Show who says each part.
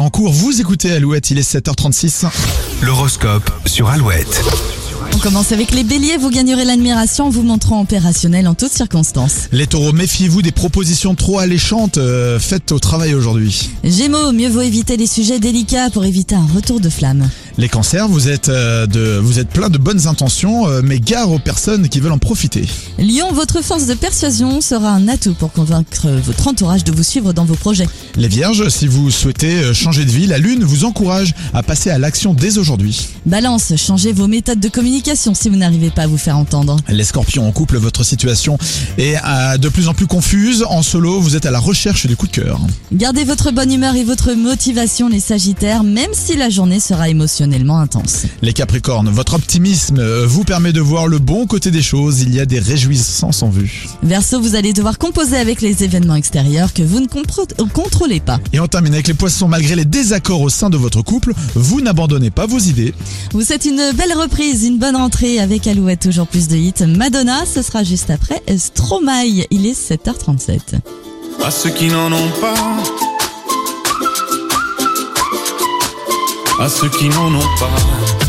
Speaker 1: en cours. Vous écoutez Alouette, il est 7h36.
Speaker 2: L'horoscope sur Alouette.
Speaker 3: On commence avec les béliers, vous gagnerez l'admiration en vous montrant opérationnel en toutes circonstances.
Speaker 1: Les taureaux, méfiez-vous des propositions trop alléchantes euh, faites au travail aujourd'hui.
Speaker 3: Gémeaux, mieux vaut éviter les sujets délicats pour éviter un retour de flamme.
Speaker 1: Les cancers, vous êtes, euh, de, vous êtes plein de bonnes intentions, euh, mais gare aux personnes qui veulent en profiter.
Speaker 3: Lion, votre force de persuasion sera un atout pour convaincre votre entourage de vous suivre dans vos projets.
Speaker 1: Les vierges, si vous souhaitez euh, changer de vie, la lune vous encourage à passer à l'action dès aujourd'hui.
Speaker 3: Balance, changez vos méthodes de communication si vous n'arrivez pas à vous faire entendre.
Speaker 1: Les scorpions, en couple, votre situation est euh, de plus en plus confuse. En solo, vous êtes à la recherche du coup de cœur.
Speaker 3: Gardez votre bonne humeur et votre motivation les sagittaires, même si la journée sera émotionnellement intense.
Speaker 1: Les capricornes, votre optimisme euh, vous permet de voir le bon côté des choses. Il y a des réjouissances en vue.
Speaker 3: Verseau, vous allez devoir composer avec les événements extérieurs que vous ne compro- euh, contrôlez pas.
Speaker 1: Et on termine avec les poissons. Malgré les désaccords au sein de votre couple, vous n'abandonnez pas vos idées.
Speaker 3: Vous souhaite une belle reprise, une bonne entrée avec Alouette, toujours plus de hits. Madonna, ce sera juste après Stromae. Il est 7h37.
Speaker 4: à ceux qui n'en ont pas, à ceux qui n'en ont pas.